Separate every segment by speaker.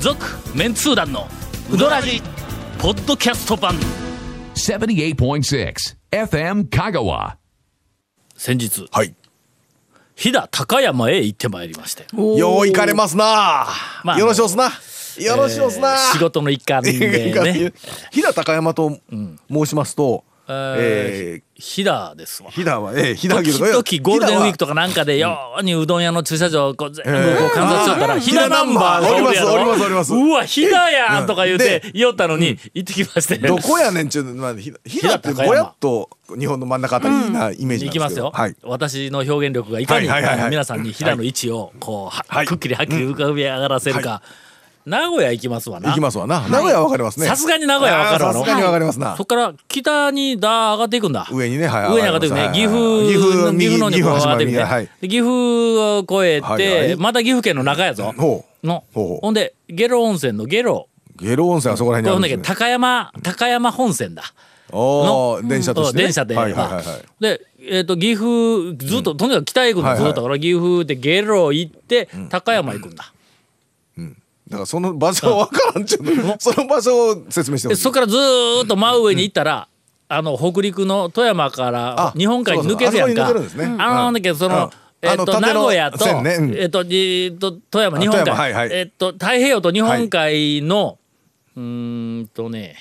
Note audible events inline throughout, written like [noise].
Speaker 1: 続メンツー団のウドラジポッドキャスト版
Speaker 2: 78.6 FM Kagawa.
Speaker 1: 先日
Speaker 3: はい。
Speaker 1: 飛騨高山へ行ってまいりまして
Speaker 3: よう行かれますな。
Speaker 1: まあ
Speaker 3: よろしおすな。よろしおすな。
Speaker 1: えー仕事の一環で
Speaker 3: [laughs]
Speaker 1: ね
Speaker 3: 飛騨高山と申しますと、
Speaker 1: え
Speaker 3: え
Speaker 1: ー飛騨ですわ
Speaker 3: ー飛騨はえー飛騨
Speaker 1: 時
Speaker 3: 牛
Speaker 1: 々ゴールデンウィーク
Speaker 3: と
Speaker 1: とかなんかでようにうどん屋の駐車場をこう全部こう観察しとった
Speaker 3: [laughs]
Speaker 1: ら、飛騨ナンバーがるやろ
Speaker 3: おりますおりますおり
Speaker 1: うわ、飛騨やんとか言うて、言おったのに、行ってきまして。
Speaker 3: どこやねんちゅうのまあ飛騨飛騨って
Speaker 1: 飛騨高山
Speaker 3: ぼやっと日本の真ん中あたりなイメー
Speaker 1: 行
Speaker 3: ジなん
Speaker 1: き
Speaker 3: で
Speaker 1: ます
Speaker 3: け
Speaker 1: す
Speaker 3: ど。
Speaker 1: よ、
Speaker 3: はい。
Speaker 1: 私の表現力がいかに
Speaker 3: はいはいはいはい
Speaker 1: 皆さんに飛騨の位置をこう、は
Speaker 3: はい
Speaker 1: くっきりはっきり浮かび上がらせるか、名古屋行きますわな
Speaker 3: 行きますわな。名古屋はわかりますね。
Speaker 1: さすがに名古屋わかるわ
Speaker 3: あー
Speaker 1: ろ
Speaker 3: さすがにわかりますな
Speaker 1: そ。っから北にだー上がっていくんだ
Speaker 3: 上にねはい
Speaker 1: 上に上がっていくね、
Speaker 3: はい
Speaker 1: 岐阜
Speaker 3: はいはい
Speaker 1: 岐阜のにこう上がっていくね、
Speaker 3: 岐阜はい
Speaker 1: で岐阜を越えて、
Speaker 3: はいはい
Speaker 1: また岐阜県の中やぞ
Speaker 3: ほう
Speaker 1: の
Speaker 3: ほうほう
Speaker 1: ほんでゲロ温泉のゲロ
Speaker 3: ゲロ温泉はそこら
Speaker 1: これ
Speaker 3: 辺
Speaker 1: ほん
Speaker 3: に
Speaker 1: だっけ
Speaker 3: あるんですね。
Speaker 1: 高山高山本線だ
Speaker 3: おー電車としてね。
Speaker 1: 電車で、
Speaker 3: はいはいはいは
Speaker 1: まあ
Speaker 3: い。
Speaker 1: で、えっと岐阜ずっと、とにかく北へ行く
Speaker 3: は
Speaker 1: の
Speaker 3: い
Speaker 1: ず
Speaker 3: はい
Speaker 1: っとだから、岐阜で下呂行って、高山行くんだ、
Speaker 3: だからその場所はわからんちゅうの。その場所を説明してほ
Speaker 1: で
Speaker 3: しい
Speaker 1: そこからずーっと真上に行ったら、あの北陸の富山から
Speaker 3: あ
Speaker 1: 日本海に抜けるやんか
Speaker 3: そうそうあそこに抜けるんですねうん
Speaker 1: あのなんだけどその、
Speaker 3: うん
Speaker 1: えっ
Speaker 3: あの
Speaker 1: と
Speaker 3: 縦の
Speaker 1: 名古屋と,、
Speaker 3: 線ねうん
Speaker 1: えっとじーっと富山日本
Speaker 3: あ富
Speaker 1: 海、
Speaker 3: 山はいはい
Speaker 1: えっと太平洋と日本海の、うーんとね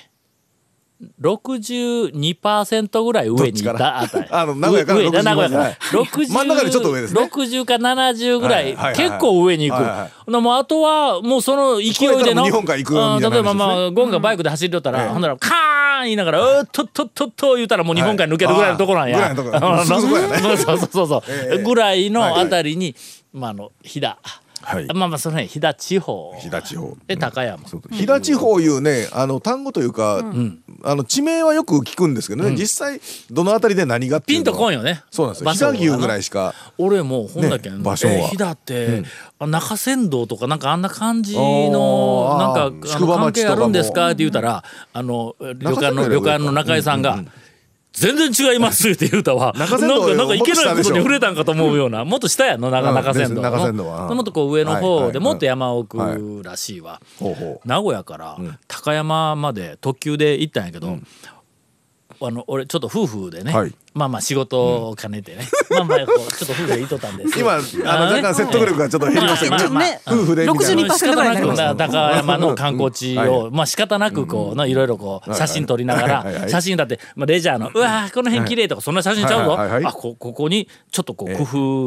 Speaker 1: 62%ぐらい上にい
Speaker 3: どっちか
Speaker 1: た
Speaker 3: な
Speaker 1: あたり
Speaker 3: あの名古屋から [laughs]
Speaker 1: 上上名古屋か
Speaker 3: は
Speaker 1: ら
Speaker 3: い
Speaker 1: 60
Speaker 3: 真ん中でちょっと上ですね
Speaker 1: 60か70ぐらい、
Speaker 3: はいはいはいはい
Speaker 1: 結構上に行く、
Speaker 3: はいは
Speaker 1: なもうあとはもうその勢いでの
Speaker 3: これからもう日本海行くみたいな話で
Speaker 1: う
Speaker 3: すね
Speaker 1: ん例えばまあゴンがバイクで走りとったら、
Speaker 3: ええ
Speaker 1: ほんならカーン言いながら「うーっとっとっとっと」言うたらもう日本海抜けるぐらいのところなんや。
Speaker 3: はいあーぐらいのとこすぐそこやね
Speaker 1: [laughs] そうそうそうそう、
Speaker 3: え
Speaker 1: [laughs]
Speaker 3: え
Speaker 1: ぐらいのあたりに、まああの飛騨、
Speaker 3: はい
Speaker 1: まあまあその辺飛騨地方
Speaker 3: 飛騨地方。
Speaker 1: で高山、
Speaker 3: そう飛騨地方いうねあの単語というか、あの地名はよく聞くんですけどね、実際どの辺りで何がってい
Speaker 1: ピ
Speaker 3: う
Speaker 1: ンと
Speaker 3: のは
Speaker 1: こんよね
Speaker 3: そうなんですよ
Speaker 1: 場所はな
Speaker 3: 飛騨牛ぐらいしか
Speaker 1: 俺もう本だけん、
Speaker 3: ね場所は
Speaker 1: えー飛騨って、あ中山道とかなんかあんな感じの
Speaker 3: おーあー
Speaker 1: なんかあ
Speaker 3: 宿
Speaker 1: の
Speaker 3: 場
Speaker 1: 関
Speaker 3: 町と
Speaker 1: 係
Speaker 3: かも
Speaker 1: あるんですかって言うたら、あの旅館の
Speaker 3: 中山道よ
Speaker 1: 旅館の中井さんが。全然違いますって言うたわ。なんか
Speaker 3: 中
Speaker 1: な
Speaker 3: 山道よ
Speaker 1: んかいけないこと
Speaker 3: もっと下でしょ
Speaker 1: に触れたんかと思うような、もっと下やの中
Speaker 3: うん
Speaker 1: 中山
Speaker 3: で
Speaker 1: 道
Speaker 3: す中山道は
Speaker 1: のもっとこう上の
Speaker 3: はい
Speaker 1: 方
Speaker 3: はい
Speaker 1: で
Speaker 3: うん
Speaker 1: もっと山奥らしいわ。
Speaker 3: ほうほう
Speaker 1: 名古屋から高山まで特急で行ったんやけど、あの俺ちょっと夫婦でね、
Speaker 3: はい
Speaker 1: まあまあ仕事を兼ねてね、まあまあこうちょっと夫婦で行っとったんです
Speaker 3: 今あの若干説得力がちょっと減りまし
Speaker 1: ま
Speaker 3: たけど、
Speaker 1: あまあまあ
Speaker 3: 夫婦でみたい
Speaker 1: 仕
Speaker 3: な
Speaker 1: 方
Speaker 4: 62%ぐらいに
Speaker 1: な
Speaker 4: なり
Speaker 1: く
Speaker 4: ました
Speaker 1: な高山の観光地
Speaker 3: うん
Speaker 1: を、まあ仕方なくこうないろいろこう写真撮りなが
Speaker 3: はいはいはい
Speaker 1: ら
Speaker 3: はい
Speaker 1: 写真だってまあレジャーのうわーこの辺綺麗とかそんな写真ちゃうぞ
Speaker 3: はいはいはいは
Speaker 1: あ
Speaker 3: い
Speaker 1: こここにちょっとこう
Speaker 3: ええ
Speaker 1: 工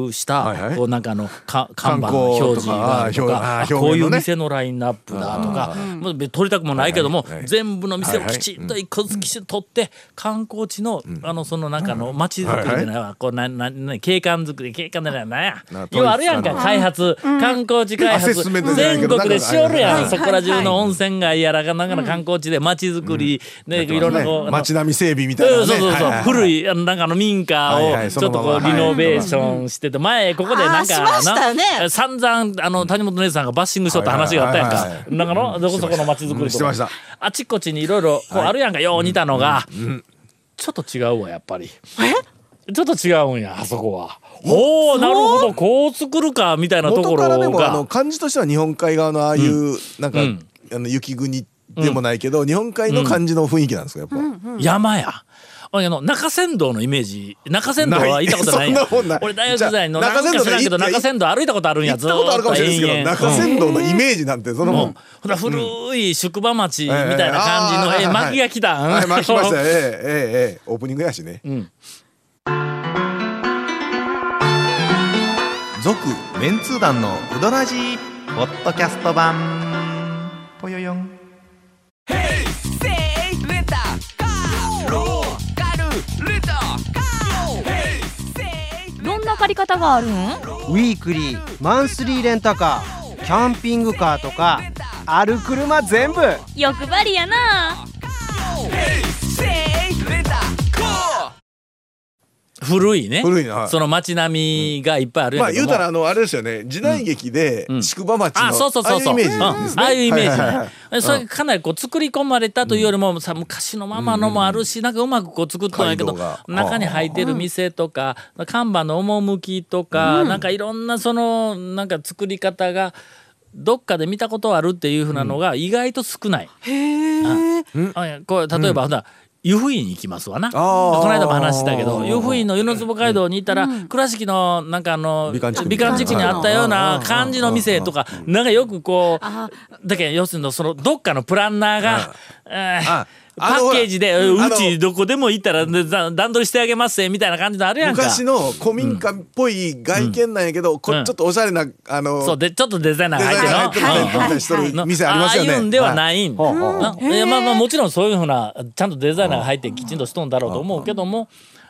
Speaker 1: 夫し
Speaker 3: はいは
Speaker 1: た
Speaker 3: い
Speaker 1: こうなんかあのか看板
Speaker 3: 観
Speaker 1: の
Speaker 3: 光
Speaker 1: 表
Speaker 3: と
Speaker 1: 示
Speaker 3: か
Speaker 1: があると
Speaker 3: あ
Speaker 1: か
Speaker 3: ー
Speaker 1: あ
Speaker 3: 表
Speaker 1: こういう
Speaker 3: 表現のね
Speaker 1: 店のラインナップだとかもう撮りたくもないけども
Speaker 3: はいはいはい
Speaker 1: 全部の店を
Speaker 3: はいは
Speaker 1: き
Speaker 3: い
Speaker 1: ちんと一個ずつきちんと撮って観光地のあのそのなんかの街づくりっていうのはこうななな景観づくり景観だななんや
Speaker 3: な
Speaker 1: 要はあるやんか
Speaker 3: 統
Speaker 1: 開
Speaker 3: 一さんの
Speaker 1: 発観光地開開
Speaker 3: アセスメント
Speaker 1: 発
Speaker 3: じゃない
Speaker 1: 全
Speaker 3: けど
Speaker 1: 国でしおるや
Speaker 3: なんんか
Speaker 1: そこら中の温泉街やらがなんかの観光地で街づくりねいろんなこうあの
Speaker 3: 街並み整備みた
Speaker 1: う
Speaker 3: い
Speaker 1: ん
Speaker 3: な、ね、
Speaker 1: そうそうそう古いあのなんかあの民家
Speaker 3: はいは
Speaker 1: を
Speaker 3: い
Speaker 1: ちょっと
Speaker 3: その
Speaker 1: こう
Speaker 3: まま
Speaker 1: リノベーションしてて前ここでなんか
Speaker 4: あーしましたよね
Speaker 1: な散々あの谷本姉さんがバッシングしとった話があったやん
Speaker 3: はいはいは
Speaker 1: か
Speaker 3: い
Speaker 1: なんかのどこそこの街づく
Speaker 3: う
Speaker 1: り
Speaker 3: んし
Speaker 1: と
Speaker 3: てまし
Speaker 1: か
Speaker 3: た
Speaker 1: あちこちにいろいろこうあるやんかよう似たのがちょっと違うわやっぱり。ちょっと違うんやあそこは。おおなるほどこう作るかみたいなとこ
Speaker 3: 元
Speaker 1: ろ
Speaker 3: からでもあ
Speaker 1: が
Speaker 3: の。漢字としては日本海側のああいう、なんか、あの雪国でもないけど、日本海の漢字の雰囲気なんですかやっぱ、
Speaker 1: 山や。俺あの中山道のイメージ中山道は行ったことないんや
Speaker 3: ないそんなもんない
Speaker 1: 俺大学時代の
Speaker 3: じゃあ
Speaker 1: 中山道
Speaker 3: 中山道で
Speaker 1: けど
Speaker 3: 行って
Speaker 1: 中山道歩いたことあるんや
Speaker 3: 行
Speaker 1: ず
Speaker 3: ったことあるか
Speaker 1: ーっ
Speaker 3: もし
Speaker 1: と
Speaker 3: れないですけ
Speaker 1: 延
Speaker 3: ど
Speaker 1: 々
Speaker 3: 中山道のイメージなんてその
Speaker 1: うん
Speaker 3: も
Speaker 1: うん
Speaker 3: ん
Speaker 1: ほら古い宿場町みたいな感じのえ巻きが来たん
Speaker 3: はい、巻きました
Speaker 1: [laughs]
Speaker 3: よ。ええええええオープニングやしね。
Speaker 5: 続メンツー団のウドラジーポッドキャスト版ぽよよん
Speaker 6: どんな借り方があるん
Speaker 7: ウィークリーマンスリーレンタカーキャンピングカーとかある車全部
Speaker 6: 欲張りやな
Speaker 1: 古いね
Speaker 3: 古いなはい
Speaker 1: その町並みがいっぱいあるや
Speaker 3: まあ
Speaker 1: けど
Speaker 3: 言う
Speaker 1: も
Speaker 3: たらあのあれですよね時代劇で
Speaker 1: ん
Speaker 3: 宿場町の
Speaker 1: あそうそうそうそう
Speaker 3: ああいうイメージで
Speaker 1: うん
Speaker 3: すね。
Speaker 1: ああいうイメージね、
Speaker 3: はいはいはい
Speaker 1: それがかなりこう作り込まれたというよりもさ昔のままのもあるし、なんかうまくこう作ったんやけど
Speaker 3: 街道が
Speaker 1: 中に入ってる店とか看板の趣とか、なんかいろんなそのなんか作り方がどっかで見たことあるっていうふうなのが意外と少ない。あいやこう例えば、ほな湯布院行きますわなこの間も話したけど湯布院の湯の坪街道に行ったら、倉敷のなんかあの
Speaker 3: 美観地区
Speaker 1: 美観地区にあったような感じの店とかなんかよくこうだけど要するにそのどっかのプランナーが。えー
Speaker 3: あ
Speaker 1: パッケージで
Speaker 3: あのほら
Speaker 1: うちどこでも行ったらねざ段取りしてあげますみたいな感じのあるやんか
Speaker 3: 昔の古民家っぽい外見なんやけど、こ
Speaker 1: うん
Speaker 3: ちょっとおしゃれな、あの、
Speaker 1: そうでちょっとデザイナーが
Speaker 3: デザイナー
Speaker 1: 入
Speaker 3: 入
Speaker 1: っ
Speaker 3: ってて
Speaker 1: るの。うん
Speaker 3: たりしてる店ありますよね。
Speaker 1: ああいうんでは
Speaker 3: はい
Speaker 1: ないん、ないやまあまあもちろんそういうふうなちゃんとデザイナーが入ってきちんとしとんだろうと思うけども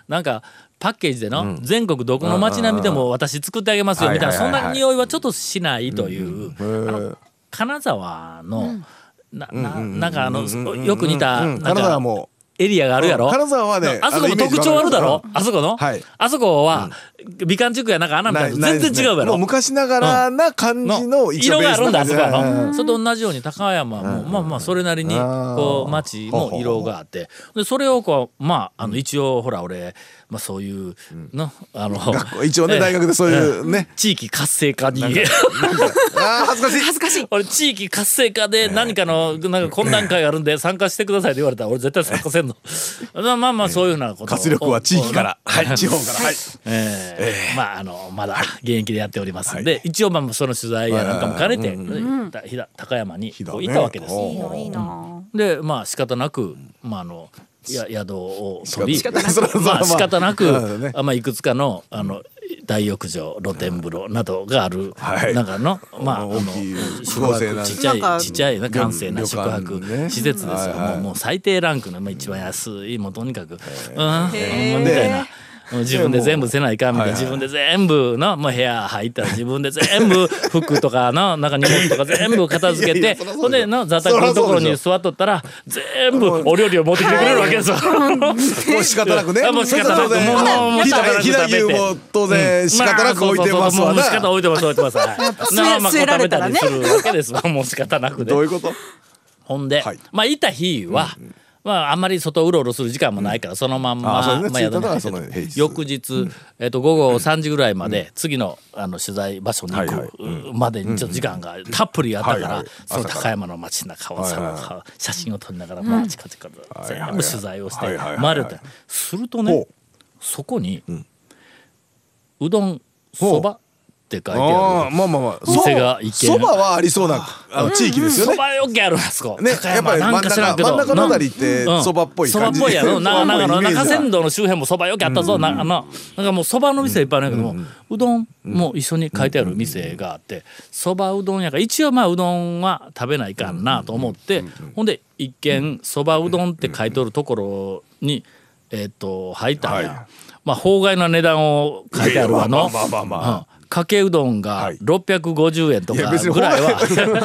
Speaker 1: なんかパッケージでの全国どこの町並みでも私作ってあげますよみたいな
Speaker 3: はいは
Speaker 1: そ
Speaker 3: い
Speaker 1: ん
Speaker 3: はいはい
Speaker 1: な匂いはちょっとしないという
Speaker 3: へー
Speaker 1: 金沢のなななんかあのよく似た
Speaker 3: うん
Speaker 1: なん
Speaker 3: 金沢
Speaker 1: か
Speaker 3: も。
Speaker 1: エリアがあるやろ
Speaker 3: うん金沢はね
Speaker 1: あそこも特徴あるだろあそこの
Speaker 3: はい
Speaker 1: あそこは美観地区やなんか穴みたいな全然違うや
Speaker 3: もう
Speaker 1: ろ
Speaker 3: 昔ながらな感じの一
Speaker 1: 色
Speaker 3: 応ベ
Speaker 1: があ
Speaker 3: ース
Speaker 1: るん
Speaker 3: な
Speaker 1: だあそこは
Speaker 3: 感じではい
Speaker 1: のそれと同じように高山もまあまあそれなりに
Speaker 3: あー
Speaker 1: こう町も色があってでそれをこうまああの一応ほら俺まあそういうのあの
Speaker 3: 学
Speaker 1: [laughs]
Speaker 3: 校一応ね大学でそういうね。
Speaker 1: 地域活性化に
Speaker 3: あー恥ずかしい。
Speaker 4: 恥ずかしい。
Speaker 1: [laughs] 俺地域活性化で何かのなんか懇談会があるんで参加してくださいって言われたら俺絶対参加せんのまあまあまあそういうふうなことを
Speaker 3: 活力は地域から、はい、地方から、はい。
Speaker 1: えーまああのまだ現役でやっておりますんで、一応まあその取材やなんかも兼ねて、た飛騨高山にこういたわけです。
Speaker 3: 飛騨ね
Speaker 4: いいな、いいな。
Speaker 1: でまあ仕方なく、まあ、あのや宿を取り
Speaker 3: 仕方なくそらそら
Speaker 1: まあ、仕方な
Speaker 3: まあそうだ
Speaker 1: く
Speaker 3: ね
Speaker 1: あまあいくつかのあの大浴場露天風呂などがある
Speaker 3: はい
Speaker 1: 中の、まああの
Speaker 3: 大きい
Speaker 1: 宿泊
Speaker 3: 豪勢な
Speaker 1: ちっちゃい
Speaker 4: なんか
Speaker 1: ちっちゃいな閑静な
Speaker 3: 旅
Speaker 1: 宿泊
Speaker 3: 旅館ね
Speaker 1: 施設ですよ、
Speaker 3: はいはい
Speaker 1: もうもう最低ランクの、まあ、一番安いもうとにかく、うん、うんみたい
Speaker 4: で
Speaker 1: な。もう自分で全部せないかんみたいな自分で全部のもう部屋入ったら自分で全部服とか
Speaker 3: [laughs]
Speaker 1: のなんか荷物とか全部片付け
Speaker 3: いや
Speaker 1: て
Speaker 3: いやそらそうでし
Speaker 1: ほんで
Speaker 3: ょ
Speaker 1: の座卓のところに座っとったら全部お料理を持ってきてくれるわけですよ。
Speaker 3: もう仕方なくね。
Speaker 1: あ [laughs] もう仕方なく
Speaker 3: 当然
Speaker 1: もうもうもう
Speaker 3: 飛
Speaker 1: 仕方な
Speaker 3: 騨
Speaker 1: く
Speaker 3: 飛騨牛
Speaker 1: 食べ
Speaker 3: も当然仕方なく置いてますわ
Speaker 1: もう
Speaker 3: な。
Speaker 1: 仕方置いてます置いてます。はい
Speaker 4: 据え
Speaker 1: まあ
Speaker 4: 据えられたらね
Speaker 1: こう食べたりするわけですわもう仕方なくで
Speaker 3: どう。いうこと？
Speaker 1: ほんで、
Speaker 3: はい
Speaker 1: まあいた日は、まああんまり外うろうろする時間もないから、そのまんま、
Speaker 3: あそう
Speaker 1: ま
Speaker 3: ね
Speaker 1: あ
Speaker 3: 着いたのは
Speaker 1: 宿に入って
Speaker 3: その平日
Speaker 1: 翌日、えっと午後3時ぐらいまで、次のあの取材場所に行く、
Speaker 3: はいはい
Speaker 1: までにちょっと時間がたっぷりあったから、
Speaker 3: はいはい
Speaker 1: その高山の街中を
Speaker 3: 朝
Speaker 1: さ、
Speaker 3: から
Speaker 1: 写真を撮りながら、まあ近々
Speaker 3: はいはいはい
Speaker 1: 全部取材をして
Speaker 3: はいはいはい
Speaker 1: 回るって、すると
Speaker 3: ほ
Speaker 1: ね
Speaker 3: う、
Speaker 1: そこに、うんどんそばって書いてあ
Speaker 3: あ
Speaker 1: る
Speaker 3: あまあまあまあ。
Speaker 1: 店が一軒
Speaker 3: そばはありそうなあの地域ですよ
Speaker 1: そ
Speaker 3: ね。
Speaker 1: ばよくあるあそこ。
Speaker 3: ね
Speaker 1: 高
Speaker 3: やっ
Speaker 1: 山
Speaker 3: ぱり
Speaker 1: なん
Speaker 3: 真ん
Speaker 1: か知らん
Speaker 3: 中
Speaker 1: けど
Speaker 3: 真ん中のあたりって
Speaker 1: うん
Speaker 3: そばっぽい感じ
Speaker 1: そばっぽいやろ長長野中
Speaker 3: 線
Speaker 1: 山道の周辺もそばよきあったぞ、なあのなんかもうそばの店いっぱいあるんやけども、うどんも一緒に書いてある店があってそばうどんやから一応まあうどんは食べないかんなと思って、ほんで一見そばうどんって書いてあるところに、えっ、と入ったんや、
Speaker 3: はい
Speaker 1: まあ法外な値段を書いてあるわの。
Speaker 3: まあまあまあまあ
Speaker 1: うんかけうどんが
Speaker 3: はい
Speaker 1: 650円と
Speaker 3: い
Speaker 1: か
Speaker 3: や別に
Speaker 1: ぐらいは、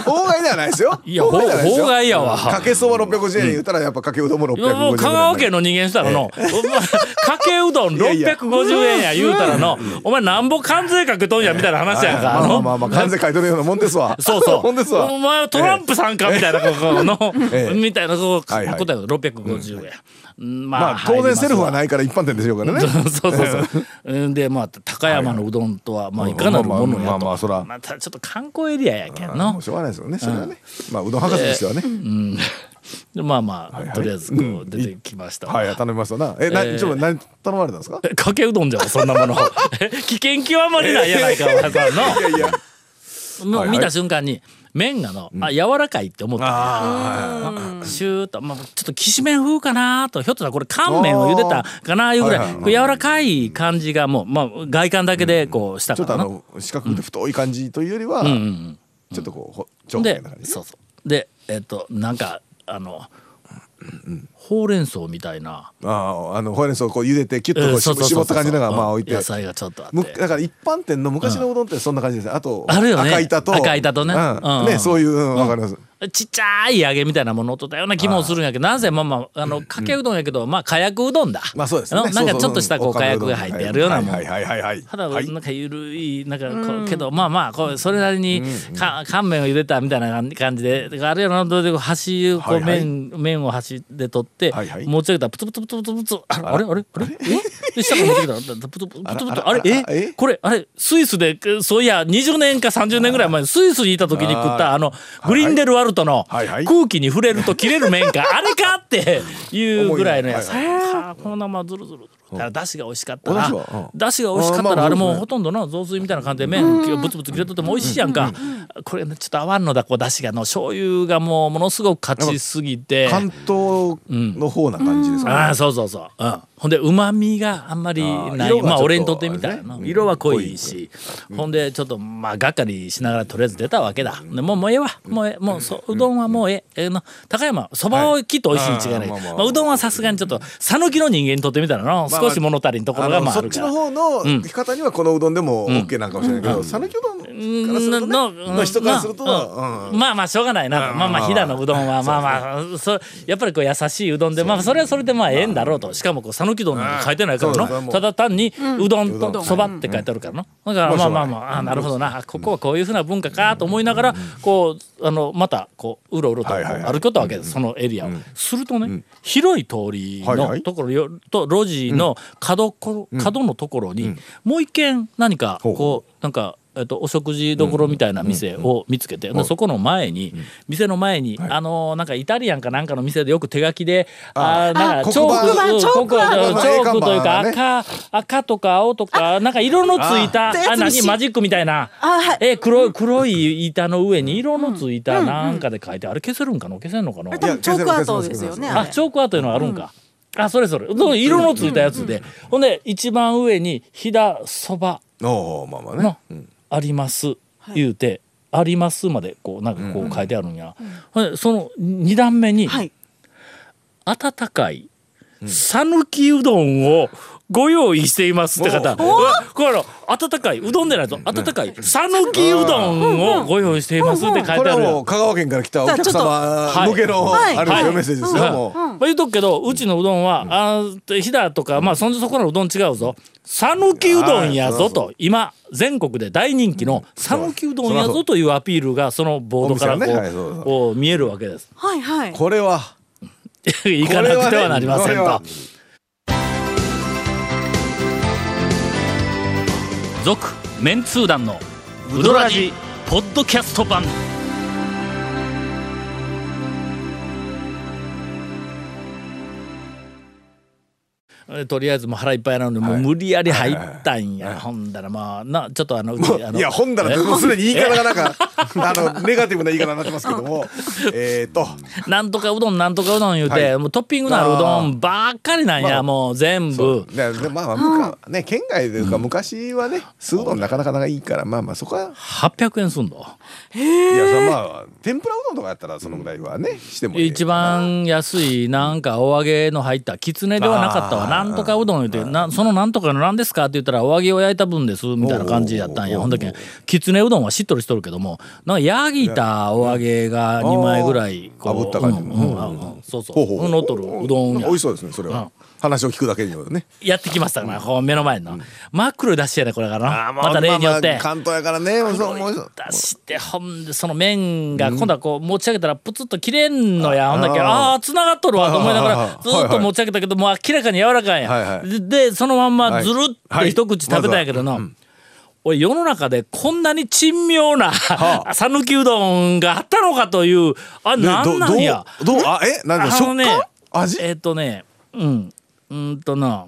Speaker 3: 法外ではないですよ。
Speaker 1: いや
Speaker 3: 法外ではないですよ
Speaker 1: 法外やわ
Speaker 3: かけそば650円言ったらやっぱかけうどんも650円ぐら
Speaker 1: も
Speaker 3: い。
Speaker 1: う香川県の人間したらの、お前かけうどん
Speaker 3: いや
Speaker 1: 650円や言うたらの、お前なんぼ関税かけとんやみたいな話やんか。
Speaker 3: まあまあ
Speaker 1: の
Speaker 3: まあまあ関税書いてるようなもんですわ。
Speaker 1: [laughs] そう
Speaker 3: [laughs]
Speaker 1: そ
Speaker 3: もんです
Speaker 1: う。
Speaker 3: わ
Speaker 1: お。前はトランプさんかみたいな、ここの、
Speaker 3: ええ
Speaker 1: みたいな、こう、
Speaker 3: はいはい
Speaker 1: 答えが650円。うんま。
Speaker 3: まあ当然セルフはないいから一般店でしょうからね。
Speaker 1: そうそうそう。うんで、まあ、高山のうどんとは、まあ、 [laughs] いかなるもの
Speaker 3: ま
Speaker 1: や
Speaker 3: あまあ
Speaker 1: と。
Speaker 3: そら。
Speaker 1: またちょっと観光エリアやけん
Speaker 3: も
Speaker 1: の
Speaker 3: う。しょうがないですよね。それはね。まあうどん博士としてはね。
Speaker 1: でまあまあ、
Speaker 3: はい
Speaker 1: とりあえずこう出てきました。
Speaker 3: はい頼みましたな。えな
Speaker 1: えー
Speaker 3: ちょっと何頼まれたんですか？
Speaker 1: えかけうどんじゃんそんな
Speaker 3: [laughs]
Speaker 1: ものえ危険極まりないやないかお前さんの
Speaker 3: い
Speaker 1: [laughs]
Speaker 3: やいや。
Speaker 1: も
Speaker 3: は
Speaker 1: う
Speaker 3: いはい
Speaker 1: 見た瞬間に麺がの、あ柔らかいって思った
Speaker 3: あ
Speaker 1: シューッと、まあ、ちょっときしめん風かなとひょっとしたらこれ乾麺を茹でたかないうぐらい、
Speaker 3: はいはい
Speaker 1: こう柔らかい感じがもう、まあ、外観だけでこうした
Speaker 3: あ。ちょ
Speaker 1: か
Speaker 3: っと
Speaker 1: ら
Speaker 3: あ
Speaker 1: な、
Speaker 3: の四角くて太い感じというよりは、ちょっとこうほ長方
Speaker 1: で
Speaker 3: 形な感じ。
Speaker 1: そうそうでえっとなんかあのほうれん草みたいな、
Speaker 3: あああのほうれん草をこう茹でてキュッとこ
Speaker 1: う
Speaker 3: うん
Speaker 1: そうそうそう
Speaker 3: 絞った感じのがまあ置いて
Speaker 1: 野。菜がちょっとあ
Speaker 3: む
Speaker 1: って
Speaker 3: だから一般店の昔のうどんってそんな感じですね。あと
Speaker 1: あるよね
Speaker 3: 赤板と
Speaker 1: 赤板とね
Speaker 3: うん
Speaker 1: うん
Speaker 3: ねそういううんわかります。
Speaker 1: ちっちゃい揚げみたいなものを取ったような気もするんやけどなぜまあまああのかけうどんやけど、まあ火薬うどんだ、
Speaker 3: まあそうですね。
Speaker 1: のなんかちょっとしたこう火薬が入ってやるようなもん、
Speaker 3: はいはいはいはい。
Speaker 1: ただ
Speaker 3: はい
Speaker 1: なんかゆるいなんかこう、けどまあまあこうそれなりにか乾麺を茹でたみたいな感じであるよなどうで箸をこう
Speaker 3: はいはい
Speaker 1: 麺,、麺を箸で取っって、
Speaker 3: はいはい
Speaker 1: 持ち上げたらプツプツプツプツプツああれあれあれえで下から持ってきたらプツプツプツプツあれ
Speaker 3: あらあら
Speaker 1: え
Speaker 3: え
Speaker 1: これあれスイスでえそういや20年か30年ぐらい前にスイスにいた時に食ったあのグリンデルワルトの
Speaker 3: はいはい
Speaker 1: 空気に触れると切れる麺か
Speaker 3: [laughs]
Speaker 1: あれかっていうぐらいのやつ
Speaker 3: 思
Speaker 1: はあこのままズルズルズルだからだしが美味しかったな
Speaker 3: お出汁はうん
Speaker 1: だしが美味しかっ
Speaker 3: あ
Speaker 1: た
Speaker 3: ーま
Speaker 1: ら
Speaker 3: あ
Speaker 1: あれ
Speaker 3: そう
Speaker 1: も
Speaker 3: ですね
Speaker 1: うほとんどの雑炊みたいな感じで麺ブツブツ切れとっても美味しいやんかこれねちょっと合わんのだこうだしがの醤油がもうものすごく勝ちすぎて
Speaker 3: 関東の方な感じですか
Speaker 1: ああそうそうそう、うん、ほんでうまみがあんまりな
Speaker 3: あー
Speaker 1: い
Speaker 3: 色がちょっと
Speaker 1: まあ俺にとってみたいな、
Speaker 3: あれね
Speaker 1: 色は濃いし、ほんでちょっとまあがっかりしながらとりあえず出たわけだ、でもうもうええわもうええもうそうどんはもうええ、えーの高山そばをきっと美味しいに違いない、
Speaker 3: はいあーまあまあ
Speaker 1: まあ、うどんはさすがにちょっと讃岐の人間にとってみたらの
Speaker 3: まあ
Speaker 1: 少し物足りんところが
Speaker 3: あの
Speaker 1: まああ
Speaker 3: そっ
Speaker 1: るか
Speaker 3: ち
Speaker 1: ら
Speaker 3: の。方の方にはこのうどんでも OK なんかもしれないけど讃岐うどんからするとね
Speaker 1: の
Speaker 3: の人からすると
Speaker 1: まあ
Speaker 3: は
Speaker 1: うんまあまあしょうがないなまあまあ飛騨のうどんはまあまあそうやっぱりこう優しいうどんでまあそれはそれでまあええんだろうとしかもこう讃岐うどんなんて書いてないか
Speaker 3: そう
Speaker 1: ら
Speaker 3: そうも
Speaker 1: の
Speaker 3: う
Speaker 1: ただ単にうどん
Speaker 3: うど
Speaker 1: と
Speaker 3: ん
Speaker 1: そばって書いてあるからのだからまあまあまああなるほどなここはこういうふうな文化かと思いながらこうあのまたこううろうろとこう
Speaker 3: はいはいはい
Speaker 1: 歩きよったわけですそのエリアをするとね広い通り
Speaker 3: はいは
Speaker 1: の
Speaker 3: い
Speaker 1: ところよと路地の角こ角のところにもう一軒何か
Speaker 3: ほう
Speaker 1: こうなんか、えっと、お食事どころみたいな店を見つけて、でそこの前に、店の前に、あのーなんかイタリアンかなんかの店でよく手書きであーなんかチョ
Speaker 3: 黒板
Speaker 1: ークチョーク
Speaker 3: 板
Speaker 1: チョークというか
Speaker 3: まあ絵看板
Speaker 1: 赤赤とか青とかなんか色のついたあ何マジックみたいなえ黒い黒い板の上に色のついたなんかで書いて、あれ消せるんかな消せんのかな
Speaker 3: 多分
Speaker 4: チョークアートですよね。あ
Speaker 1: あ
Speaker 4: れ
Speaker 1: チョークアートいうのがあるんか、あそれそれその色のついたやつで、ほんで一番上に「飛騨そば」
Speaker 3: おおまあまあね
Speaker 1: の「あります」言うて「あります」までこうなんかこう書いてあるんや、ほんでその2段目に
Speaker 4: はい。
Speaker 1: 「温かい讃岐うどんをご用意しています」って方うわこれあの温かいうどんでないぞ温かい讃岐うどんをご用意していますって書いてあ
Speaker 3: これは
Speaker 1: るやん
Speaker 3: もう香川県から来たお客様向けの
Speaker 4: はい
Speaker 3: あれです
Speaker 1: は
Speaker 3: よ
Speaker 1: い
Speaker 3: メッセージです
Speaker 1: はい
Speaker 3: よもう
Speaker 1: まあ、言うとくけどうちのうどんは、あー飛騨とか、まあそんじそこのうどん違うぞ讃岐うどんやぞと今全国で大人気の讃岐うどんやぞというアピールがそのボードからこ
Speaker 3: お
Speaker 1: う,、
Speaker 3: 店はねはいそうそう
Speaker 1: こう見えるわけです。
Speaker 4: はいはい。
Speaker 3: これは
Speaker 1: [laughs] 行かなくてはなりません
Speaker 3: これは
Speaker 1: と
Speaker 3: ね。
Speaker 1: 続メンツー団のウドラジポッドキャスト版え [laughs] とりあえずもう腹いっぱいなので、もう無理やり入ったんや、ほんだらまあなちょっとあのうちあの
Speaker 3: いや本棚
Speaker 1: え
Speaker 3: でもうすでに言い方がなんかあのネガティブな言い方になってますけどもえっと
Speaker 1: なんとかうどんなんとかうどん言うて、
Speaker 3: はい
Speaker 1: もうトッピングのあるうどんばっかりなんや、
Speaker 3: まあ
Speaker 1: もう全部。
Speaker 3: ねでまあまあ昔ね県外というか昔はね酢うどんなかなかないいからまあまあそこは
Speaker 1: 800円すんの
Speaker 3: いやそれはまあ天ぷらうどんとかやったらそのぐらいはねしてもいい
Speaker 1: 一番安いなんかお揚げの入ったきつねではなかったわ
Speaker 3: あー
Speaker 1: なんとかうどん言うてなそのなんとかの何ですかって言ったらお揚げを焼いた分ですみたいな感じやったんや
Speaker 3: おー
Speaker 1: ほんだけんきつねうどんはしっとりしとるけどもなんか焼いたお揚げが2枚ぐらいこう
Speaker 3: 炙った感じ
Speaker 1: うん
Speaker 3: の
Speaker 1: うんうんうんそうそ
Speaker 3: ほうほう
Speaker 1: うのっとるうどん
Speaker 3: なんか
Speaker 1: や
Speaker 3: 美味しそうですねそれは話を聞くだけによるね
Speaker 1: やってきましたからこう目の前の真っ黒い出汁やねこれからなまた例によっ
Speaker 3: まあま
Speaker 1: て
Speaker 3: あ関東やからねそうもうそう
Speaker 1: 出してほんでその麺が今度はこう持ち上げたらプツッと切れんのやほんだけどああつながっとるわと思いなが
Speaker 3: はい
Speaker 1: ら
Speaker 3: はい
Speaker 1: ず
Speaker 3: はい
Speaker 1: ーっと持ち上げたけどもう明らかに柔らかいんや、
Speaker 3: はいはい
Speaker 1: ででそのまんま
Speaker 3: はい
Speaker 1: ずるっ
Speaker 3: は
Speaker 1: て
Speaker 3: い
Speaker 1: 一口食べたんやけどな、俺世の中でこんなに珍妙な讃岐、うどんがあったのかというあ
Speaker 3: ね
Speaker 1: なんなんや。
Speaker 3: どどうどうあえなんだ
Speaker 1: あ
Speaker 3: 食
Speaker 1: の
Speaker 3: 感
Speaker 1: ね
Speaker 3: 味
Speaker 1: えっ、とねうんうーんとな、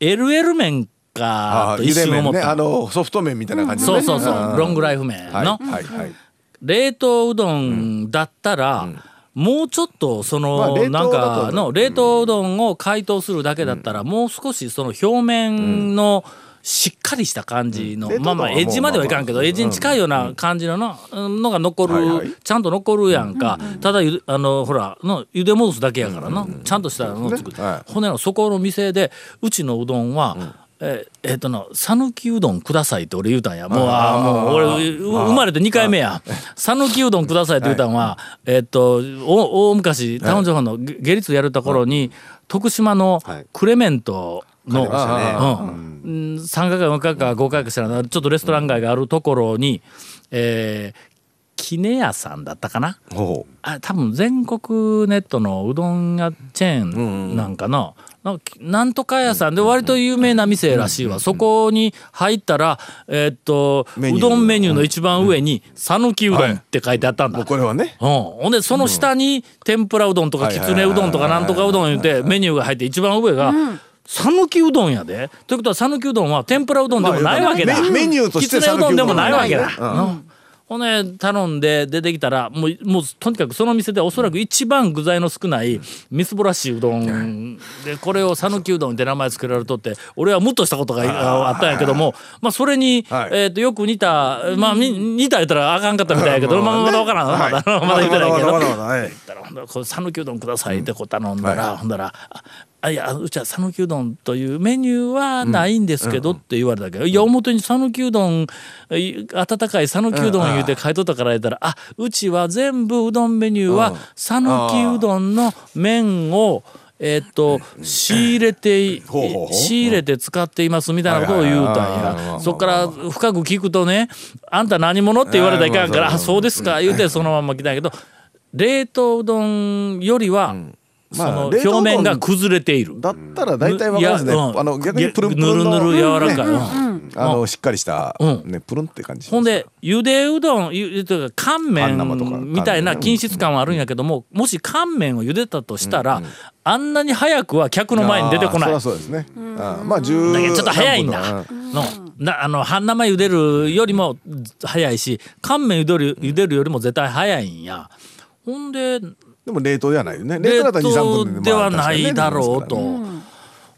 Speaker 1: LL 麺か
Speaker 3: あ
Speaker 1: と
Speaker 3: ゆ
Speaker 1: 一
Speaker 3: で
Speaker 1: 瞬
Speaker 3: 麺
Speaker 1: 思っ
Speaker 3: ね
Speaker 1: た、
Speaker 3: あのソフト麺みたいな感じの
Speaker 1: そう
Speaker 3: ね
Speaker 1: そうそ
Speaker 3: ん
Speaker 1: うロングライフ麺の、
Speaker 3: はいはいはい
Speaker 1: 冷凍うどんだったら、もうちょっとそ
Speaker 3: まあ
Speaker 1: の、
Speaker 3: 冷凍
Speaker 1: なん
Speaker 3: だ
Speaker 1: か
Speaker 3: と
Speaker 1: の冷凍うどんを解凍するだけだったら、もう少しその表面のしっかりした感じの、
Speaker 3: うん冷凍うどん
Speaker 1: まあまあ
Speaker 3: はもう
Speaker 1: エッジまではいかんけど、
Speaker 3: まあまあ
Speaker 1: エッジに近いような感じのなのが残る、
Speaker 3: はいはい
Speaker 1: ちゃんと残るやんか、ただゆであのほらの茹で戻すだけやからな、ちゃんとしたのを作って、
Speaker 3: ねはい
Speaker 1: 骨のそこの店でうちのうどんは、ええっとな讃岐うどんくださいって俺言うたんやもうああもう俺う生まれて2回目や讃岐うどんくださいって言うたんは、えっとお大昔タウン情報のゲゲリツやるところに徳島の
Speaker 3: はい
Speaker 1: クレメントの、
Speaker 3: ああ
Speaker 1: うん、3回か4回か5回かしたらちょっとレストラン街があるところに、えーキネ屋さんだったかな
Speaker 3: ほ
Speaker 1: あ多分全国ネットのうどん屋チェーンなんかの、なんかなんとか屋さんで割と有名な店らしいわ、そこに入ったら、えーっと
Speaker 3: メニュ
Speaker 1: う
Speaker 3: ー
Speaker 1: どんメニューの一番上に「讃岐うどん」って書いてあったんだ、
Speaker 3: うもうこれはね
Speaker 1: うん、ほんでその下に天ぷらうどんとか
Speaker 3: はい
Speaker 1: き
Speaker 3: はい
Speaker 1: つねうどんとかなんとかうどん言うてメニューが入って一番上が讃岐うどんやで。ということは讃岐うどんは天ぷらうどんでもないわけだ。
Speaker 3: まあメメニューとして
Speaker 1: きつねうどんでもないわけだ
Speaker 3: 讃岐う。
Speaker 1: うんほんで頼んで出てきたらもうもうとにかくその店でおそらく一番具材の少ないみすぼらしいうどんでこれを讃岐うどんって名前つけられとって俺はムッとしたことがああったんやけどもまあそれに、
Speaker 3: はい
Speaker 1: えー、とよく似たまあみ似た言ったらあかんかったみたいやけど、まあ、まだわからん、
Speaker 3: はい
Speaker 1: まだまだ言ってないけど。
Speaker 3: まだまだまだまだはい
Speaker 1: ったらほんだらこれ讃岐うどんください」ってこう頼んだら、
Speaker 3: は
Speaker 1: ほんだら「ああいやうちは讃岐うどんというメニューはないんですけど」って言われたけど「いや表に讃岐うどんい温かい讃岐うどん言うて書いとったから言ったら「あうちは全部うどんメニューは讃岐うどんの麺を」えっと仕入れてい
Speaker 3: ほうほうほう
Speaker 1: 仕入れて使っていますみたいなことを言うた
Speaker 3: はいはいはい
Speaker 1: ん
Speaker 3: はい
Speaker 1: やそっから深く聞くとね「あんた何者?」って言われたらいかん
Speaker 3: [laughs]
Speaker 1: から「あそうですか」言うてそのまま来たんやけど冷凍うどんよりは、そ
Speaker 3: まあ
Speaker 1: の
Speaker 3: 冷凍
Speaker 1: 表
Speaker 3: うど
Speaker 1: 面
Speaker 3: ん
Speaker 1: が崩れている。
Speaker 3: だったら大体わかりますね
Speaker 1: いやうん
Speaker 3: あの逆にプルンプルン
Speaker 1: ぬ
Speaker 3: の
Speaker 1: るぬる柔らかい、うん
Speaker 3: あのしっかりした
Speaker 1: うん
Speaker 3: ねプルンって感じ
Speaker 1: ほんでゆでうどんゆゆというか乾麺
Speaker 3: 半生とか
Speaker 1: みたいな
Speaker 3: 乾麺
Speaker 1: 均質感はあるんやけどももし乾麺をゆでたとしたら、あんなに早くは客の前に出てこない
Speaker 3: あーそりゃそうですねあーまあ10
Speaker 1: だけどちょっと早いんだ。のなあの半生茹でるよりも早いし乾麺茹でる茹でるよりも絶対早いんや。ほんで
Speaker 3: でも冷凍ではないよね冷
Speaker 1: 冷
Speaker 3: 凍だったら23
Speaker 1: 凍
Speaker 3: 分で
Speaker 1: ではないだ
Speaker 3: まあ
Speaker 1: ろ
Speaker 3: 確
Speaker 1: う
Speaker 3: か
Speaker 1: と。
Speaker 3: にね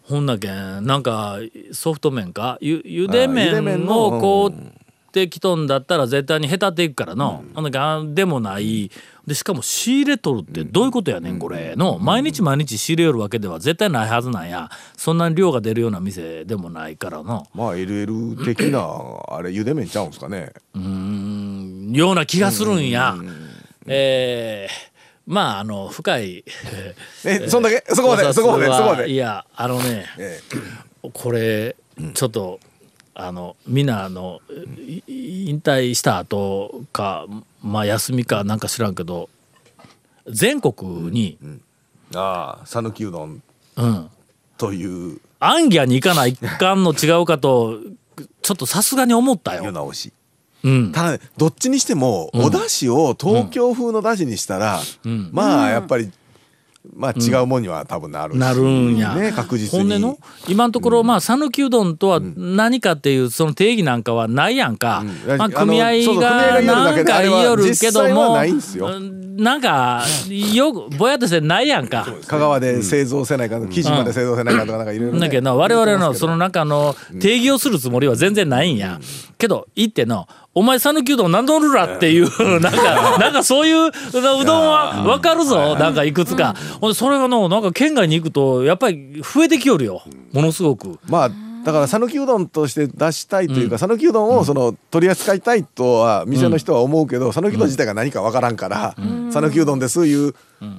Speaker 1: ほんだけんなんかソフト麺かゆゆで
Speaker 3: あーゆで麺
Speaker 1: 麺
Speaker 3: の
Speaker 1: をこうってきとんだったら絶対にへたっていくからの、ほんだけんあでもないでしかも仕入れとるってどういうことやねんこれの毎日毎日仕入れよるわけでは絶対ないはずなんやそんなに量が出るような店でもないからの。
Speaker 3: まあ LL 的な
Speaker 1: [laughs]
Speaker 3: あれ茹で麺ちゃうんですかね
Speaker 1: ような気がするんや。えーまああの深い
Speaker 3: えそんだけ [laughs] そこま
Speaker 1: 考
Speaker 3: で
Speaker 1: 察
Speaker 3: そこまで
Speaker 1: は
Speaker 3: そこまで
Speaker 1: いやあのね
Speaker 3: え
Speaker 1: これちょっとあのみんなあのい引退した後かまあ休みかなんか知らんけど全国に
Speaker 3: ああ讃岐うどん
Speaker 1: うん
Speaker 3: という
Speaker 1: アンギャに行かないかんの違うかとちょっとさすがに思った
Speaker 3: 世
Speaker 1: よ。
Speaker 3: 直し
Speaker 1: うん
Speaker 3: ただねどっちにしてもお出汁を東京風の出汁にしたら
Speaker 1: ん
Speaker 3: まあやっぱりまあ違うもんには多分なるし
Speaker 1: なるんや、
Speaker 3: ね確実
Speaker 1: 本音
Speaker 3: に
Speaker 1: の今のところまあ讃岐うどんとは何かっていうその定義なんかはないやんか、
Speaker 3: うん
Speaker 1: まあ、
Speaker 3: あの
Speaker 1: 組
Speaker 3: そう
Speaker 1: 合
Speaker 3: そう組合が
Speaker 1: が
Speaker 3: 言うだ
Speaker 1: な
Speaker 3: け
Speaker 1: ん
Speaker 3: で
Speaker 1: か言いよるけ
Speaker 3: あ
Speaker 1: ど
Speaker 3: れは実際は
Speaker 1: も
Speaker 3: ないんすよ
Speaker 1: うんなんかよくぼやっとしてないやんか。
Speaker 3: 香川で製造せないか生地まで製造せないかとかなんかいろいろね
Speaker 1: だけど我々のその中の定義をするつもりは全然ないんや、けど言っての「お前讃岐うどん何どるら」っていう [laughs] なんかなんかそういううどんは分かるぞなんかいくつか、ほんでそれがのなんか県外に行くとやっぱり増えてきよるよものすごく。
Speaker 3: まあだから讃岐うどんとして出したいというか讃岐、うどんをその取り扱いたいとは店の人は思うけど讃岐、うどん自体が何かわからんから讃岐、うどんですいう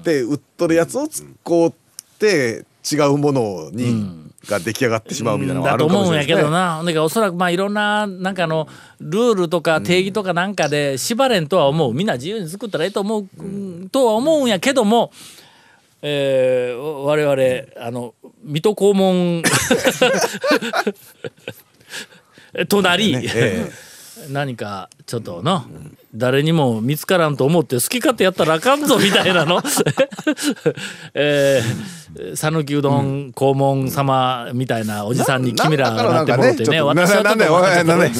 Speaker 3: て売っとるやつを突っこうって違うものに、が出来上がってしまうみたいなのがあ
Speaker 1: だ
Speaker 3: る
Speaker 1: と
Speaker 3: かも
Speaker 1: 思
Speaker 3: し
Speaker 1: うんや
Speaker 3: れないで
Speaker 1: け
Speaker 3: すね
Speaker 1: どな、だからおそらくまあいろんななんかあのルールとか定義とかなんかで縛れんとは思うみんな自由に作ったらええと思う、とは思うんやけども、えー我々あの水戸黄門となり、
Speaker 3: え
Speaker 1: [laughs] 何かちょっとの、誰にも見つからんと思って好き勝手やったらあかんぞみたいなの [laughs] えー讃岐、うどん黄門様みたいなおじさんに君らなってもらってね
Speaker 3: なんだ
Speaker 1: 私はちょ
Speaker 3: か
Speaker 1: っと
Speaker 3: らなん
Speaker 1: 分かっちゃったけ
Speaker 3: だよ
Speaker 1: ど
Speaker 3: おいおいなんだよいやいや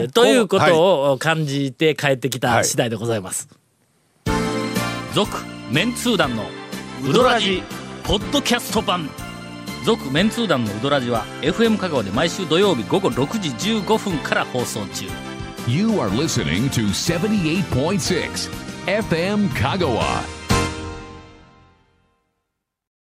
Speaker 1: えーということを感じて帰ってきた次第でございます。続、メンツー団のウドラジポッドキャスト版続メンツー団のウドラジは FM 香川で毎週土曜日午後6時15分から放送中
Speaker 2: You are listening to 78.6 FM Kagawa.